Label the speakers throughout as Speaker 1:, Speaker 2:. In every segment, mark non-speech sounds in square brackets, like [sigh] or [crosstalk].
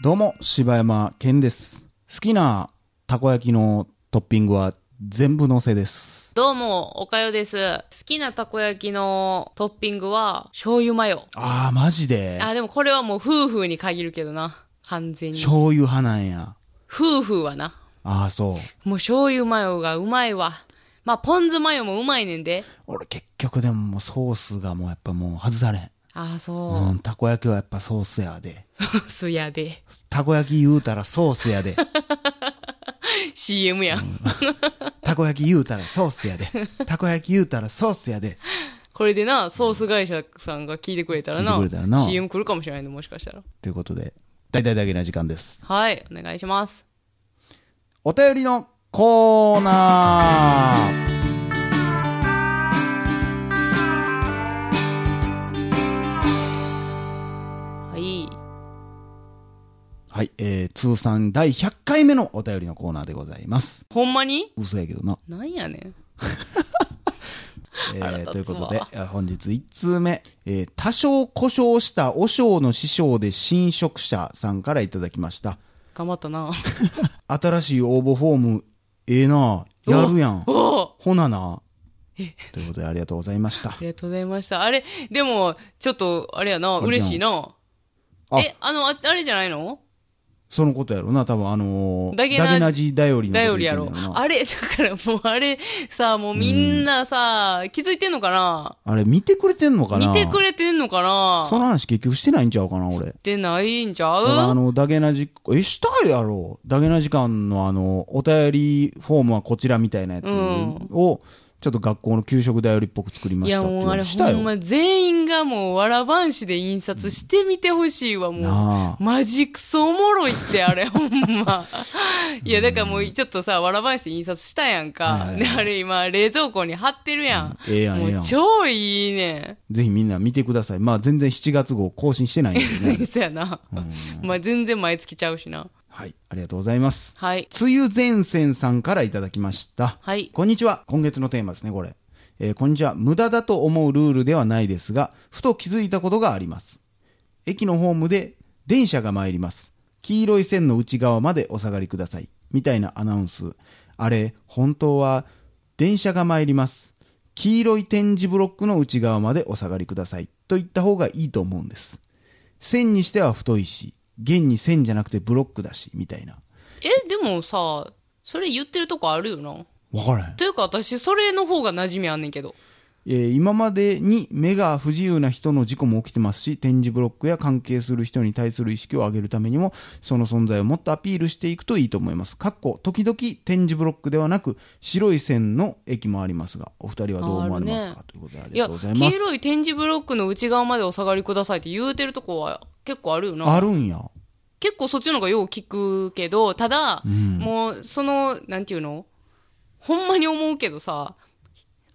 Speaker 1: どうも、柴山健です。好きなたこ焼きのトッピングは全部乗せです。
Speaker 2: どうも、おかよです。好きなたこ焼きのトッピングは、醤油マヨ。
Speaker 1: あー、マジで。
Speaker 2: あ、でもこれはもう夫婦に限るけどな。完全に。
Speaker 1: 醤油派なんや。
Speaker 2: 夫婦はな。
Speaker 1: あー、そう。
Speaker 2: もう醤油マヨがうまいわ。まあ、ポン酢マヨもうまいねんで。
Speaker 1: 俺結局でももうソースがもうやっぱもう外されん。
Speaker 2: ああ、
Speaker 1: う
Speaker 2: そ
Speaker 1: ん、たこ焼きはやっぱソースやで。
Speaker 2: う。 [laughs] ソースやで。
Speaker 1: たこ焼き言うたらソース [laughs] やで。
Speaker 2: CM や。
Speaker 1: たこ焼き言うたらソースやで。たこ焼き言うたらソースやで。
Speaker 2: これでな、ソース会社さんが聞いてくれたらな。
Speaker 1: 聞いてくれたらな
Speaker 2: CM 来るかもしれないの、もしかしたら。
Speaker 1: ということで、大々だけな時間です。
Speaker 2: はい、お願いします。
Speaker 1: お便りのコーナー
Speaker 2: はい。
Speaker 1: はい、えー、通算第100回目のお便りのコーナーでございます。
Speaker 2: ほんまに
Speaker 1: 嘘やけどな。
Speaker 2: なんやねん。
Speaker 1: え
Speaker 2: [laughs] 腹
Speaker 1: ー
Speaker 2: 立つわ
Speaker 1: ということで、えー本日1通目、えー多少故障した和尚の師匠で新職者さんからいただきました。
Speaker 2: 頑張ったな。 [laughs]
Speaker 1: 新しい応募フォーム、ええなやるやん。
Speaker 2: おお
Speaker 1: ほなな。ということで、ありがとうございました
Speaker 2: あ。りがとうございました。あれ、でも、ちょっと、あれや
Speaker 1: れ
Speaker 2: な、
Speaker 1: じゃん
Speaker 2: 嬉しいな。
Speaker 1: あ
Speaker 2: え、あの、ああれじゃないの
Speaker 1: そのことやろな、多分あのー、
Speaker 2: ダゲナ
Speaker 1: ジダイオリのこと
Speaker 2: だ
Speaker 1: 言っ
Speaker 2: よ
Speaker 1: てん
Speaker 2: り
Speaker 1: だ
Speaker 2: や
Speaker 1: ろ
Speaker 2: ろ
Speaker 1: う。な。あ
Speaker 2: あれ、だからもうあれ、さ、もうみんなさ、気づいてんのかな
Speaker 1: れ見てくれてんのかな
Speaker 2: 見てくれてんのかな
Speaker 1: その話結局してないんちゃうかな、俺。
Speaker 2: ってないんちゃ
Speaker 1: だからあ
Speaker 2: う
Speaker 1: の、ダゲナ時、え、したいやろ。ダゲナ時間のあの、お便りフォームはこちらみたいなやつ
Speaker 2: うん
Speaker 1: を、ちょっと学校の給食だよりっぽく作りま
Speaker 2: い
Speaker 1: した
Speaker 2: や
Speaker 1: っていう
Speaker 2: もうあれ
Speaker 1: のした
Speaker 2: ほ
Speaker 1: よ。
Speaker 2: んま全員がもうわらばんしで印刷してみてほしいわ、もう。
Speaker 1: なあ。
Speaker 2: マジクソおもろいっ
Speaker 1: [laughs]
Speaker 2: て、あれ、ほんま。いや、だからもう、ちょっとさ、わらばんして印刷した
Speaker 1: は
Speaker 2: やん
Speaker 1: いはい
Speaker 2: か。
Speaker 1: はい
Speaker 2: で、あれ今、冷蔵庫に貼ってるやん。
Speaker 1: ええやん、ええや
Speaker 2: も
Speaker 1: ん
Speaker 2: う。超いいね。
Speaker 1: ぜひみんな見てください。まあ全然7月号更新してないんで
Speaker 2: [laughs]
Speaker 1: ね。
Speaker 2: そうやな。まあ全然毎月ちゃうしな。
Speaker 1: はい。ありがとうございます。
Speaker 2: はい。
Speaker 1: 梅雨前線さんからいただきました。
Speaker 2: はい。
Speaker 1: こんにちは。今月のテーマですね、これ。えーこんにちは。無駄だと思うルールではないですが、ふと気づいたことがあります。駅のホームで電車が参ります。黄色い線の内側までお下がりください。みたいなアナウンス。あれ、本当は、電車が参ります。黄色い点字ブロックの内側までお下がりください。と言った方がいいと思うんです。線にしては太いし、現に線じゃなくてブロックだし、みたいな。
Speaker 2: え、でもさ、それ言ってるとこあるよな。
Speaker 1: わからへん。
Speaker 2: というか私、それの方が馴染みあんねんけど。
Speaker 1: えー今までに目が不自由な人の事故も起きてますし点字ブロックや関係する人に対する意識を上げるためにもその存在をもっとアピールしていくといいと思います。かっこ時々点字ブロックではなく白い線の駅もありますがお二人はどう思われますか、
Speaker 2: あ
Speaker 1: ということであ
Speaker 2: い
Speaker 1: りが
Speaker 2: や、
Speaker 1: とうござい
Speaker 2: 黄
Speaker 1: ます。
Speaker 2: 色い点字ブロックの内側までお下がりくださいって言うてるとこは結構あるよな。
Speaker 1: あるんや。
Speaker 2: 結構そっちの方がよう聞くけど、ただ、
Speaker 1: うん。
Speaker 2: もう、その、なんていうのほんまに思うけどさ、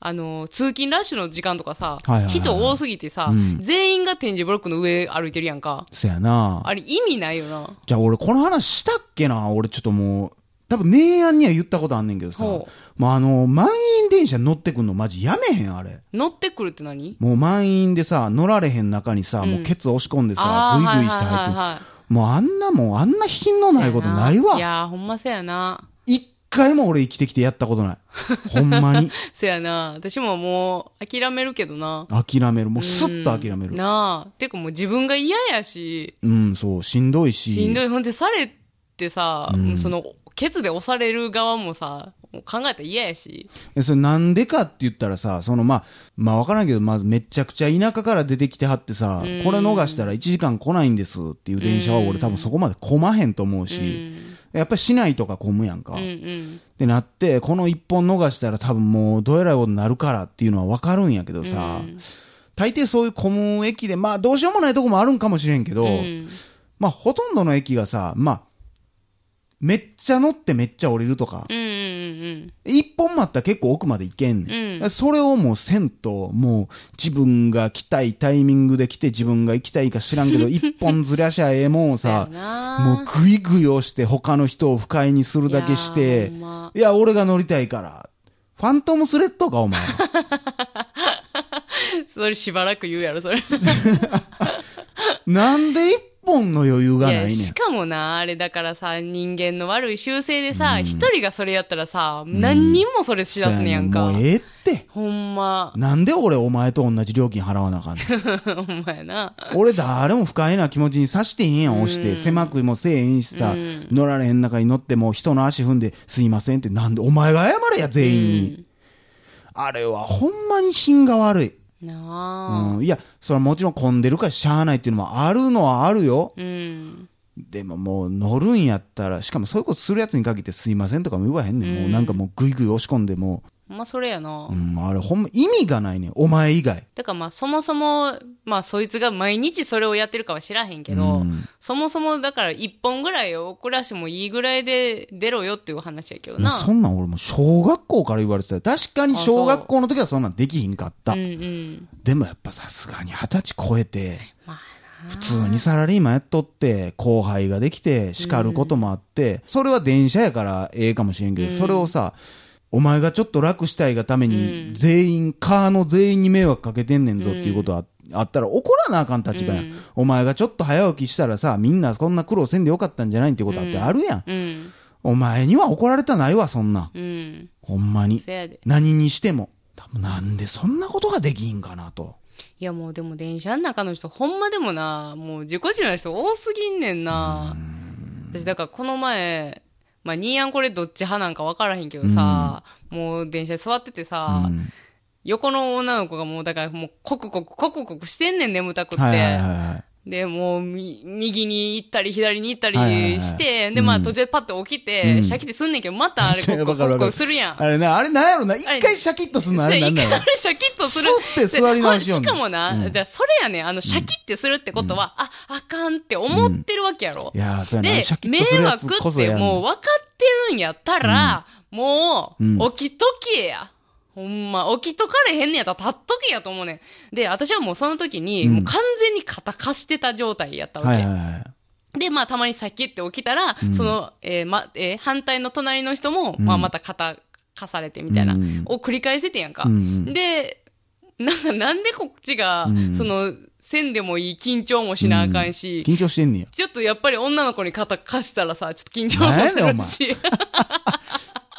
Speaker 2: あの、通勤ラッシュの時間とかさ、
Speaker 1: はいはいはい
Speaker 2: 人多すぎてさ、
Speaker 1: うん
Speaker 2: 全員が点字ブロックの上歩いてるやんか。
Speaker 1: そやな。
Speaker 2: あれ意味ないよな。
Speaker 1: じゃあ俺この話したっけな俺ちょっともう多分明暗には言ったことあんねんけどさ
Speaker 2: ほ
Speaker 1: もうあの満員電車乗ってくんのマジやめへんあれ。
Speaker 2: 乗ってくるって何
Speaker 1: もう満員でさ、乗られへん中にさ、
Speaker 2: うん
Speaker 1: もうケツ押し込んでさ
Speaker 2: あ、ー
Speaker 1: グイグイして入って
Speaker 2: はいはいはいはい
Speaker 1: くもうあんなもん、あんな品のないことない
Speaker 2: い
Speaker 1: わ。
Speaker 2: やー、ほんませやな。
Speaker 1: 一回も俺生きてきてやった
Speaker 2: [laughs]
Speaker 1: ことない。ほんまに。
Speaker 2: せやな。私ももう、諦めるけどな。
Speaker 1: 諦める。もうスッと諦め
Speaker 2: うん
Speaker 1: る。
Speaker 2: なあ。てかもう自分が嫌やし、
Speaker 1: うん、そう、しんどいし。
Speaker 2: しんどい。ほんで、されてさ、
Speaker 1: うん
Speaker 2: その、ケツで押される側もさ、もう考えたら嫌やし。
Speaker 1: えそれなんでかって言ったらさ、そのまあ、まあわからんけど、まずめちゃくちゃ田舎から出てきてはってさ、こ
Speaker 2: う
Speaker 1: れ
Speaker 2: ん
Speaker 1: 逃したら1時間来ないんですっていう電車は
Speaker 2: う
Speaker 1: 俺
Speaker 2: ん
Speaker 1: 多分そこまで来まへんと思う
Speaker 2: う
Speaker 1: し、
Speaker 2: ん。
Speaker 1: やっぱり市内とか混むやんか。
Speaker 2: うんうん。
Speaker 1: ってなって、この一本逃したら多分もうどえらいことになるからっていうのはわかるんやけどさ、
Speaker 2: うん
Speaker 1: 大抵そういう混む駅で、まあどうしようもないとこもあるんかもしれんけど、
Speaker 2: うん
Speaker 1: まあほとんどの駅がさ、まあ、めっちゃ乗ってめっちゃ降りるとか
Speaker 2: う、んうん
Speaker 1: 一本待ったら結構奥まで行けんねん。
Speaker 2: うん
Speaker 1: それをもうせんと、もう自分が来たいタイミングで来て自分が行きたいか知らん
Speaker 2: [laughs]
Speaker 1: けど、一本ずらしゃええもんをさ、もう
Speaker 2: も
Speaker 1: グイグイ押して他の人を不快にするだけして、いや、
Speaker 2: [laughs]
Speaker 1: 俺が乗りたいから。ファントムスレッドか、お前。
Speaker 2: それしばらく言うやろ、それ。
Speaker 1: なんで一本の余裕がない
Speaker 2: や
Speaker 1: ねん。
Speaker 2: しかもな、あれだからさ、人間の悪い習性でさ、一、人がそれやったらさ、何人もそれしだすねやんか。
Speaker 1: もうええって。
Speaker 2: ほんま、 [laughs]
Speaker 1: なんで俺お前と同じ料金払わなあかんねん。
Speaker 2: ほんまやな。
Speaker 1: 俺誰も不快な気持ちにさしてへんやん、押して。狭くもせえへんしさ、乗られへん中に乗っても人の足踏んで、すいませんって、なんで、お前が謝れや、全員に。あれはほんまに品が悪い。
Speaker 2: なあ。
Speaker 1: うん、いや、それはもちろん混んでるからしゃあないっていうのもあるのはあるよ。
Speaker 2: うん。
Speaker 1: でももう乗るんやったら、しかもそういうことするやつに限ってすいませんとかも言わへんねん。もうなんかもうグイグイ押し込んでも
Speaker 2: ほんまそれやな。
Speaker 1: う、うん、あれほんま意味がないねん。お前以外。
Speaker 2: だからまあそもそも、まあそいつが毎日それをやってるかは知らへんけど、
Speaker 1: うん
Speaker 2: そもそもだから一本ぐらい遅らしてもいいぐらいで出ろよっていう話やけど
Speaker 1: もう
Speaker 2: な。
Speaker 1: そんなん俺もう小学校から言われてたよ確かに小学校の時はそんなんできひんかった
Speaker 2: うん。うん。
Speaker 1: でもやっぱさすがに二十歳超えて、
Speaker 2: まあな。
Speaker 1: 普通にサラリーマンやっとって、後輩ができて、叱ることもあって、それは電車やからええかもしれんけど、それをさ、お前がちょっと楽したいがために、全員、カーの全員に迷惑かけてんねんぞっていうことは、あったら怒らなあかん立場やん,、お前がちょっと早起きしたらさ、みんなそんな苦労せんでよかったんじゃないってことだってあるやん。
Speaker 2: うん。
Speaker 1: お前には怒られたないわ、そんなん。
Speaker 2: うん。
Speaker 1: ほんまに。
Speaker 2: そやで。
Speaker 1: 何にしても。多分なんでそんなことができんかなと。
Speaker 2: いやもうでも電車の中の人ほんまでもな、もう自己中な人多すぎんねんな。私だからこの前、まあニーヤンこれどっち派なんかわからへんけどさ、もう電車に座っててさ、
Speaker 1: うん
Speaker 2: 横の女の子がもうだからもうコクコクコクコクしてんねん眠たくって。
Speaker 1: はいはいはいはい。
Speaker 2: で、もう、み右に行ったり、左に行ったり
Speaker 1: はいはいはい
Speaker 2: して、
Speaker 1: うん
Speaker 2: で、まあ、途中でパッと起きて、
Speaker 1: うん
Speaker 2: シャキってすんねんけど、またあれ、
Speaker 1: [laughs] そ
Speaker 2: コ
Speaker 1: う
Speaker 2: クコク
Speaker 1: わかる
Speaker 2: コ
Speaker 1: わかる
Speaker 2: クコクするやん。
Speaker 1: あれな、あれなんやろな、一
Speaker 2: れ
Speaker 1: 回シャキッとすんのあれ
Speaker 2: そ
Speaker 1: な
Speaker 2: うん
Speaker 1: だ
Speaker 2: 一回
Speaker 1: ろ
Speaker 2: あれシャキッとする。
Speaker 1: スッて座り直しよんね
Speaker 2: でし
Speaker 1: ん
Speaker 2: かもな、
Speaker 1: うん
Speaker 2: じゃあそれやねん、あの、シャキってするってことは、あ、あかんって思ってるわけやろ。
Speaker 1: いやー、そうやな、
Speaker 2: で
Speaker 1: シャ、キッ
Speaker 2: 迷
Speaker 1: とするやつ
Speaker 2: 惑
Speaker 1: こ
Speaker 2: っ
Speaker 1: そや
Speaker 2: て
Speaker 1: ん
Speaker 2: もう分かってるんやったら、も
Speaker 1: うん
Speaker 2: う、起きとけや。ほんま、起きとかれへんねやったら立っとけやと思うねん。で、私はもうその時に、
Speaker 1: うん
Speaker 2: もう完全に肩貸してた状態やったわけ。
Speaker 1: はいはいはい。
Speaker 2: で、まあ、たまにさっきって起きたら、
Speaker 1: うん
Speaker 2: その、えーま、えー反対の隣の人も、
Speaker 1: うん
Speaker 2: まあ、また肩、貸されてみたいな、
Speaker 1: うん
Speaker 2: を繰り返しててやんか。
Speaker 1: うんうん
Speaker 2: で、なんか、なんでこっちが、
Speaker 1: うん
Speaker 2: その、せんでもいい緊張もしなあかんし、
Speaker 1: 緊張してんねや。
Speaker 2: ちょっとやっぱり女の子に肩貸したらさ、ちょっと緊
Speaker 1: なんやねん
Speaker 2: 張もするし、 [laughs]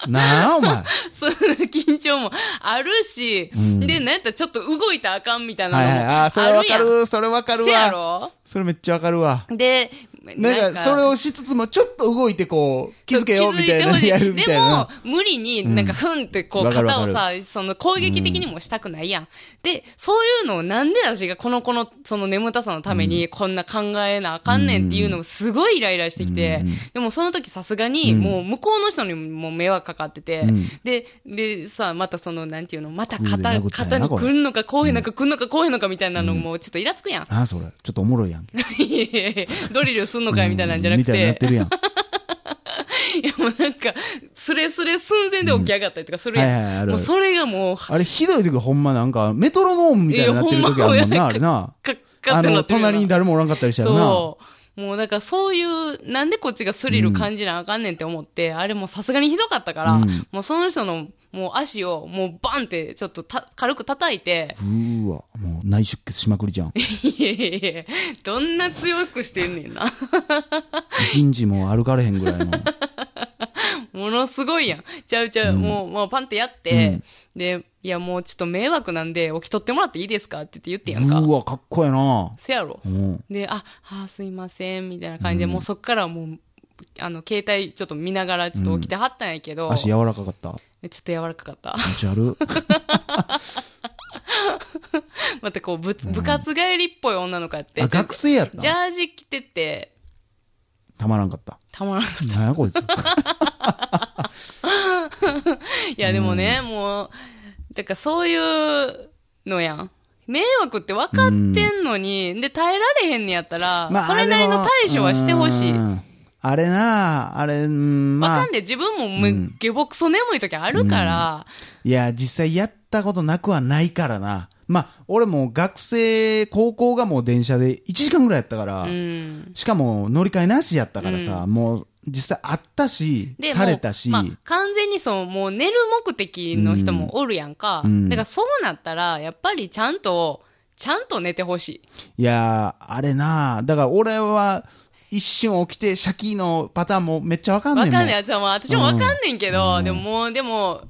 Speaker 1: なあ、お前。
Speaker 2: その緊張もあるし、
Speaker 1: ん
Speaker 2: で、なんやったらちょっと動いたらあかんみたいな
Speaker 1: はい
Speaker 2: の
Speaker 1: はい。あー、それ
Speaker 2: も
Speaker 1: わ
Speaker 2: ある
Speaker 1: か
Speaker 2: やん。
Speaker 1: る、それわかる
Speaker 2: せや
Speaker 1: わ。
Speaker 2: ろ
Speaker 1: それめっちゃわかるわ。
Speaker 2: で、
Speaker 1: なんか、それをしつつも、ちょっと動いてこう、気づけよ、みたい
Speaker 2: 気づ
Speaker 1: な、
Speaker 2: てほし
Speaker 1: やるみたい
Speaker 2: でも
Speaker 1: な。、
Speaker 2: 無理になんか、ふんってこう、
Speaker 1: わかる
Speaker 2: 肩
Speaker 1: わか
Speaker 2: を
Speaker 1: る
Speaker 2: さ、その攻撃的にもしたくないやん。で、そういうのをなんで私がこの子の、その眠たさのために、こんな考えなあかんねんっていうのをすごいイライラしてきて、
Speaker 1: うん
Speaker 2: でもその時さすがに、
Speaker 1: うん
Speaker 2: もう向こうの人にも迷惑かかってて、
Speaker 1: うん
Speaker 2: で、で、さ、またその、なんていうの、また
Speaker 1: こういう
Speaker 2: 肩、
Speaker 1: のやな
Speaker 2: 肩に
Speaker 1: これ
Speaker 2: 来んのか、こうへんのか、来んのか、こうへんのかみたいなのもちょっとイラつくやん。 [laughs]
Speaker 1: あー、それ。ちょっとおもろいやんけ。
Speaker 2: いやいやいやドリルすんのかよみたいなんじゃなく
Speaker 1: みたいにな
Speaker 2: て
Speaker 1: っ、てるやん。
Speaker 2: いやもうなんか、スレスレ寸前で起き上がったりとかするやん。
Speaker 1: はいはいあるある
Speaker 2: もうそれがもう、か
Speaker 1: あれ、ひどい時ほんまなんか、メトロノームみたいになってる時あるもん
Speaker 2: いやほん
Speaker 1: な、
Speaker 2: ま
Speaker 1: あれな。
Speaker 2: っ
Speaker 1: あ
Speaker 2: かって
Speaker 1: の、
Speaker 2: なってるよな
Speaker 1: 隣に誰もおらんかったりしたらな。
Speaker 2: そう。もうだからそういう、なんでこっちがスリル感じなあかんねんって思って、あれもうさすがにひどかったから、
Speaker 1: うん
Speaker 2: もうその人のもう足をもうバンってちょっとた軽く叩いて、
Speaker 1: うーわ、もう内出血しまくりじゃん。
Speaker 2: いやいやいや、どんな強くしてんねんな。
Speaker 1: 一日もう歩かれへんぐらいの。
Speaker 2: ものすごいやん。ちゃうちゃう、もう、もうパンってやって、で、いやもうちょっと迷惑なんで起き取ってもらっていいですかって言って言ってんやん
Speaker 1: う
Speaker 2: か。
Speaker 1: わ、かっこええな。
Speaker 2: せやろ。
Speaker 1: うん。
Speaker 2: で、あ、あーすいません、みたいな感じで、もうそっからはもう、あの、携帯ちょっと見ながらちょっと起きてはったんやけど、
Speaker 1: 足
Speaker 2: ちょっ
Speaker 1: 柔らかかった。
Speaker 2: と柔らかかった。 [laughs]
Speaker 1: 気持ち悪。
Speaker 2: またこう、ぶつ、部活帰りっぽい女の子やって、
Speaker 1: あ、学生やっ
Speaker 2: ジ
Speaker 1: た。
Speaker 2: ャージ着てて、
Speaker 1: たまらんかった。
Speaker 2: たまらん。い
Speaker 1: なんやこいつ。
Speaker 2: や、でもね、もう、だからそういうのやん。迷惑って分かってんのに、で、耐えられへんねやったら、それなりの対処はしてほしい。
Speaker 1: う
Speaker 2: わ
Speaker 1: んあれなあ、あれ、うんま
Speaker 2: か
Speaker 1: あ
Speaker 2: ん、で、自分もむ、下僕クソ眠い時あるから、
Speaker 1: いや、実際やったことなくはないからな。まあ、俺も学生、高校がもう電車で1時間ぐらいやったから
Speaker 2: う、ん。
Speaker 1: しかも乗り換えなしやったからさ、もう実際あったし、
Speaker 2: で、
Speaker 1: されたし、
Speaker 2: もうまあ、完全にそう、もう寝る目的の人もおるやんか。
Speaker 1: うん
Speaker 2: だからそうなったら、やっぱりちゃんと、ちゃんと寝てほし
Speaker 1: い
Speaker 2: い。
Speaker 1: やー、あれなーだから俺は、一瞬起きて、シャキーのパターンもめっちゃわかんね
Speaker 2: わ
Speaker 1: ん
Speaker 2: かん
Speaker 1: も
Speaker 2: なんいやつはもう、私もわかんねんけど、
Speaker 1: うん
Speaker 2: でももう、でも、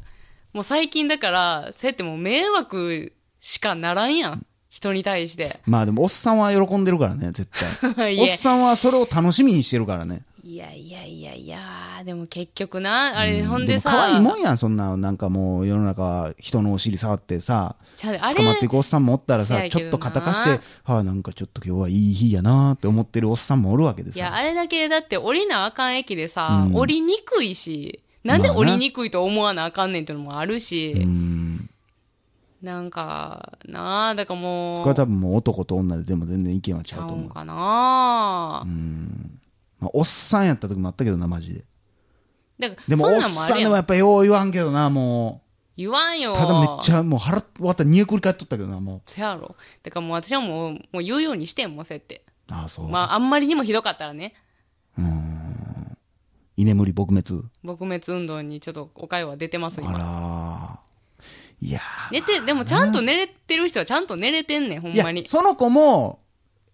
Speaker 2: もう最近だから、そうやってもう迷惑しかならんやん。人に対して。 [laughs]
Speaker 1: まあでも、おっさんは喜んでるからね、絶対。
Speaker 2: い
Speaker 1: お
Speaker 2: え
Speaker 1: っさんはそれを楽しみにしてるからね。
Speaker 2: いやいやいやいや、でも結局な、あれ、ほんでさ、
Speaker 1: も可愛いもんやん、そんな、なんかもう世の中は人のお尻触ってさ、
Speaker 2: ちゃうあれ
Speaker 1: 捕まっていくおっさんもおったら
Speaker 2: せ
Speaker 1: さ、
Speaker 2: や
Speaker 1: ち
Speaker 2: け
Speaker 1: ょっ
Speaker 2: ど
Speaker 1: と
Speaker 2: な
Speaker 1: 肩貸して、はあ、なんかちょっと今日はいい日やなーって思ってるおっさんもおるわけで
Speaker 2: いや、
Speaker 1: さ。
Speaker 2: あれだけだって降りなあかん駅でさ、
Speaker 1: うん
Speaker 2: 降りにくいし、なんで
Speaker 1: まあな
Speaker 2: 降りにくいと思わなあかんねんっていうのもあるし、
Speaker 1: うん。
Speaker 2: なんか、なあ、だからもう、
Speaker 1: これ多分もう男と女ででも全然意見は
Speaker 2: ち
Speaker 1: 違
Speaker 2: ゃ
Speaker 1: うと
Speaker 2: う
Speaker 1: 思
Speaker 2: ん
Speaker 1: う。
Speaker 2: かなあ、
Speaker 1: まあ、おっさんやった時もあったけどな、マジで。
Speaker 2: だから
Speaker 1: でも、
Speaker 2: そん
Speaker 1: おっ
Speaker 2: なんもあ
Speaker 1: さん
Speaker 2: る
Speaker 1: で
Speaker 2: や
Speaker 1: も
Speaker 2: ん。
Speaker 1: やっぱよう言わんけどな、も
Speaker 2: 言わんよ。
Speaker 1: う。ただめっちゃ、もう腹割ったら煮えくり返っとったけどな、もう。
Speaker 2: そやろ。だからもう私はもう、もう言うようにしてんもん、そうやって。
Speaker 1: ああ、そう。
Speaker 2: まあ、あんまりにもひどかったらね、
Speaker 1: 居眠り撲滅。
Speaker 2: 撲滅運動にちょっとお会は出てます、今。
Speaker 1: あらー。いやー。
Speaker 2: 寝て、でもちゃんと寝れてる人はちゃんと寝れてんねん、ほん
Speaker 1: いや
Speaker 2: まに。
Speaker 1: その子も、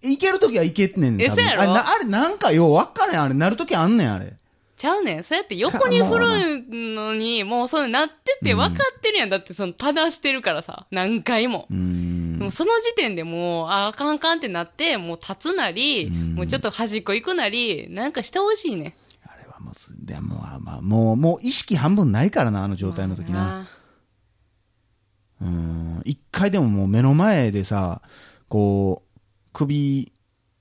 Speaker 1: いけるときはいけんねん。
Speaker 2: え
Speaker 1: 多分
Speaker 2: そうやろ
Speaker 1: あれなあれなんかよう分からへん、あれ。なるときあんねん、あれ。
Speaker 2: ちゃうねん。そうやって横に振るの
Speaker 1: [laughs]
Speaker 2: に、もうそのなってて分かってるやん。だってその正してるからさ、何回も。
Speaker 1: うーん。
Speaker 2: でもその時点でもう、あ、あかんあかんってなって、もう立つなり、
Speaker 1: うん
Speaker 2: もうちょっと端っこ行くなり、なんかしてほしいね。
Speaker 1: あれはもうす、でも、まあまあ、もう、もう意識半分ないからな、あの状態の時な。
Speaker 2: ま
Speaker 1: うーん。一回でももう目の前でさ、こう、首、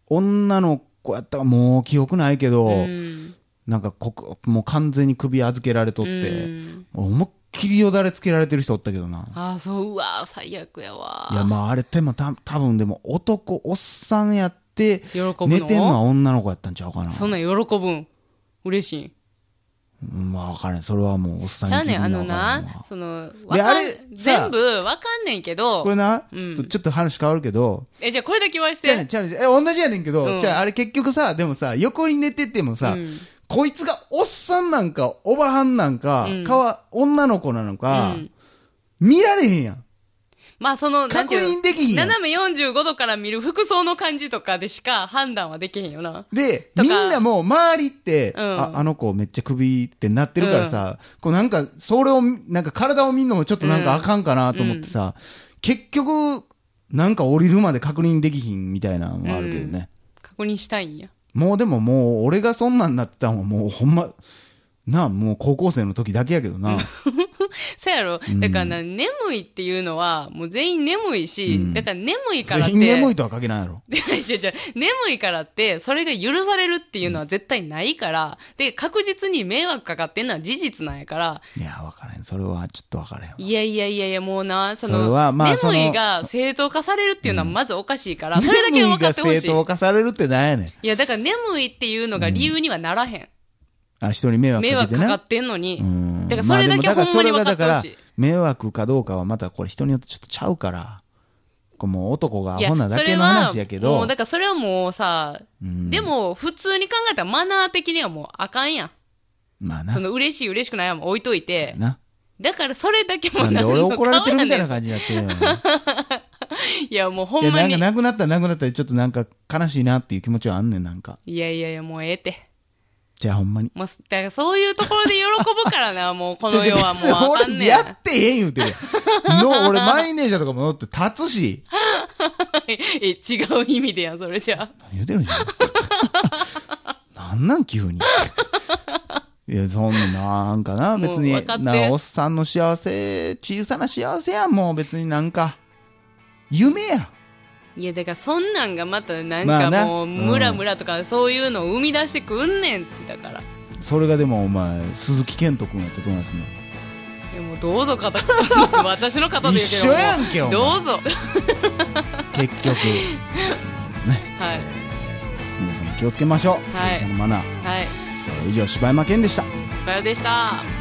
Speaker 1: 女の子やったかもう記憶ないけど、
Speaker 2: あな。うん。
Speaker 1: なんかこく、もう完全に首預けられとって、
Speaker 2: うん
Speaker 1: もう思いっきりよだれつけられてる人おったけどな。
Speaker 2: ああ、そう、うわ最悪やわ
Speaker 1: いや、まああれってもた多分でも男、おっさんやって、
Speaker 2: 喜ぶの
Speaker 1: 寝てんのは女の子やったんちゃうかな。
Speaker 2: そんなん喜ぶん。嬉しい。
Speaker 1: うん、まあ分からん。それはもうおっさん
Speaker 2: ち
Speaker 1: に
Speaker 2: ゃう
Speaker 1: 聞い
Speaker 2: ね
Speaker 1: て
Speaker 2: ん、あ
Speaker 1: みな
Speaker 2: の
Speaker 1: 分からん
Speaker 2: な
Speaker 1: わ、。
Speaker 2: その、わ
Speaker 1: であ
Speaker 2: か
Speaker 1: れ
Speaker 2: ん
Speaker 1: さ、
Speaker 2: 全部わかんねんけど
Speaker 1: こ、れな、
Speaker 2: うん
Speaker 1: ちょっとちょっと話変わるけど、
Speaker 2: え、じゃあこれだけ言わし
Speaker 1: じゃあね、
Speaker 2: て。
Speaker 1: じゃあね、え、同じやねんけど、
Speaker 2: うん
Speaker 1: じゃああれ結局さ、でもさ、横に寝ててもさ、
Speaker 2: うん
Speaker 1: こいつがおっさんなんか、おばはんなんか、
Speaker 2: うん
Speaker 1: かわ、女の子なのか、
Speaker 2: うん
Speaker 1: 見られへんやん。
Speaker 2: まあその、なん
Speaker 1: 確
Speaker 2: ていうの
Speaker 1: 認できひんやん。
Speaker 2: 斜め45度から見る服装の感じとかでしか判断はできへんよな。
Speaker 1: で、
Speaker 2: と
Speaker 1: み
Speaker 2: か
Speaker 1: んなもう周りって、
Speaker 2: うん
Speaker 1: あ、あの子めっちゃ首ってなってるからさ、こうなんか、それを、なんか体を見るのもちょっとなんかあかんかなと思ってさ、結局、なんか降りるまで確認できひんみたいなのもあるけどね。
Speaker 2: 確認したいんや。
Speaker 1: もうでももう、俺がそんなんなってたのはもうほんま、なあ、もう高校生の時だけやけど
Speaker 2: [laughs]
Speaker 1: な。
Speaker 2: そうやろ、だからな、眠いっていうのは、もう全員眠いし、
Speaker 1: うん
Speaker 2: だから眠いからっ
Speaker 1: 全
Speaker 2: て。
Speaker 1: 員
Speaker 2: [laughs]
Speaker 1: 眠いとは限らんやろ。
Speaker 2: いやいや眠いからって、それが許されるっていうのは絶対ないから、で、確実に迷惑かかってんのは事実なんやから、
Speaker 1: いや、わからへん。それはちょっとわからへん。
Speaker 2: いやいやいやいや、もうな、その、
Speaker 1: それはまあその
Speaker 2: 眠いが正当化されるっていうのはまずおかしいから、それだけは分かってほ
Speaker 1: 眠いが
Speaker 2: し
Speaker 1: 正当
Speaker 2: い。
Speaker 1: 化されるってなんやねん。
Speaker 2: いや、だから眠いっていうのが理由にはならへん。
Speaker 1: あ、人に迷惑
Speaker 2: 迷
Speaker 1: かけ
Speaker 2: 惑
Speaker 1: てな。
Speaker 2: かかってんのに。
Speaker 1: うん
Speaker 2: だからそれだけ
Speaker 1: まあでも
Speaker 2: ほんまに
Speaker 1: だからそれがだから
Speaker 2: 分かってほしい
Speaker 1: 迷惑かどうかはまたこれ人によってちょっとちゃうから。こうもう男がア
Speaker 2: いや、
Speaker 1: ホなだ
Speaker 2: そ
Speaker 1: け
Speaker 2: れ
Speaker 1: の
Speaker 2: は
Speaker 1: 話やけ
Speaker 2: も
Speaker 1: ど
Speaker 2: う、だ。からそれはもうさ、
Speaker 1: うん
Speaker 2: でも普通に考えたらマナー的にはもうあかんやん。
Speaker 1: まあな
Speaker 2: そ。の嬉しい嬉しくないはもう置いといて。
Speaker 1: な。
Speaker 2: だからそれだけも
Speaker 1: なんで
Speaker 2: 何
Speaker 1: 俺
Speaker 2: の
Speaker 1: 怒られてるみたい
Speaker 2: 変
Speaker 1: な
Speaker 2: わ
Speaker 1: 感
Speaker 2: ら
Speaker 1: じになって
Speaker 2: [laughs]
Speaker 1: るよ。
Speaker 2: ないいや、もうほ
Speaker 1: い
Speaker 2: ん
Speaker 1: や、
Speaker 2: ま
Speaker 1: なん
Speaker 2: に
Speaker 1: か。なくなったらなくなったでちょっとなんか悲しいなっていう気持ちはあんねん、なんか。
Speaker 2: いやいやいや、もうええって。
Speaker 1: じゃあほんまに。
Speaker 2: もう、だからそういうところで喜ぶか
Speaker 1: [laughs]
Speaker 2: らな、もうこの世はも
Speaker 1: ちょちょ
Speaker 2: うあか
Speaker 1: [laughs] 別
Speaker 2: ん
Speaker 1: に俺
Speaker 2: ねん。
Speaker 1: やってへん言うてるやん。の、俺満員電車とかも乗って立つし。
Speaker 2: [laughs] え、違う意味でやん、それじゃあ。
Speaker 1: 何言うてるんじゃん。 [laughs] なんなん急に。いや、そんな、なんかな、
Speaker 2: もう
Speaker 1: 別に
Speaker 2: 分かっ、て
Speaker 1: な、おっさんの幸せ、小さな幸せやん、もう別になんか、夢や。
Speaker 2: いや、だからそんなんがまたなん
Speaker 1: まあな
Speaker 2: かもう、ムラムラとかそういうのを生み出してくんねんって、だから。
Speaker 1: それがでも、お前、鈴木健人君やったらどうなんすね。
Speaker 2: いやもうどうぞ肩、 [laughs] 私の肩で言うけ
Speaker 1: 一緒
Speaker 2: ど。
Speaker 1: やんけお前
Speaker 2: どうぞ。
Speaker 1: 結局、ね、
Speaker 2: はい。
Speaker 1: 皆さんも気をつけましょう。
Speaker 2: は
Speaker 1: 電
Speaker 2: い
Speaker 1: 車のマナー。
Speaker 2: はい。
Speaker 1: 以上、柴山健でした。
Speaker 2: バヨでした。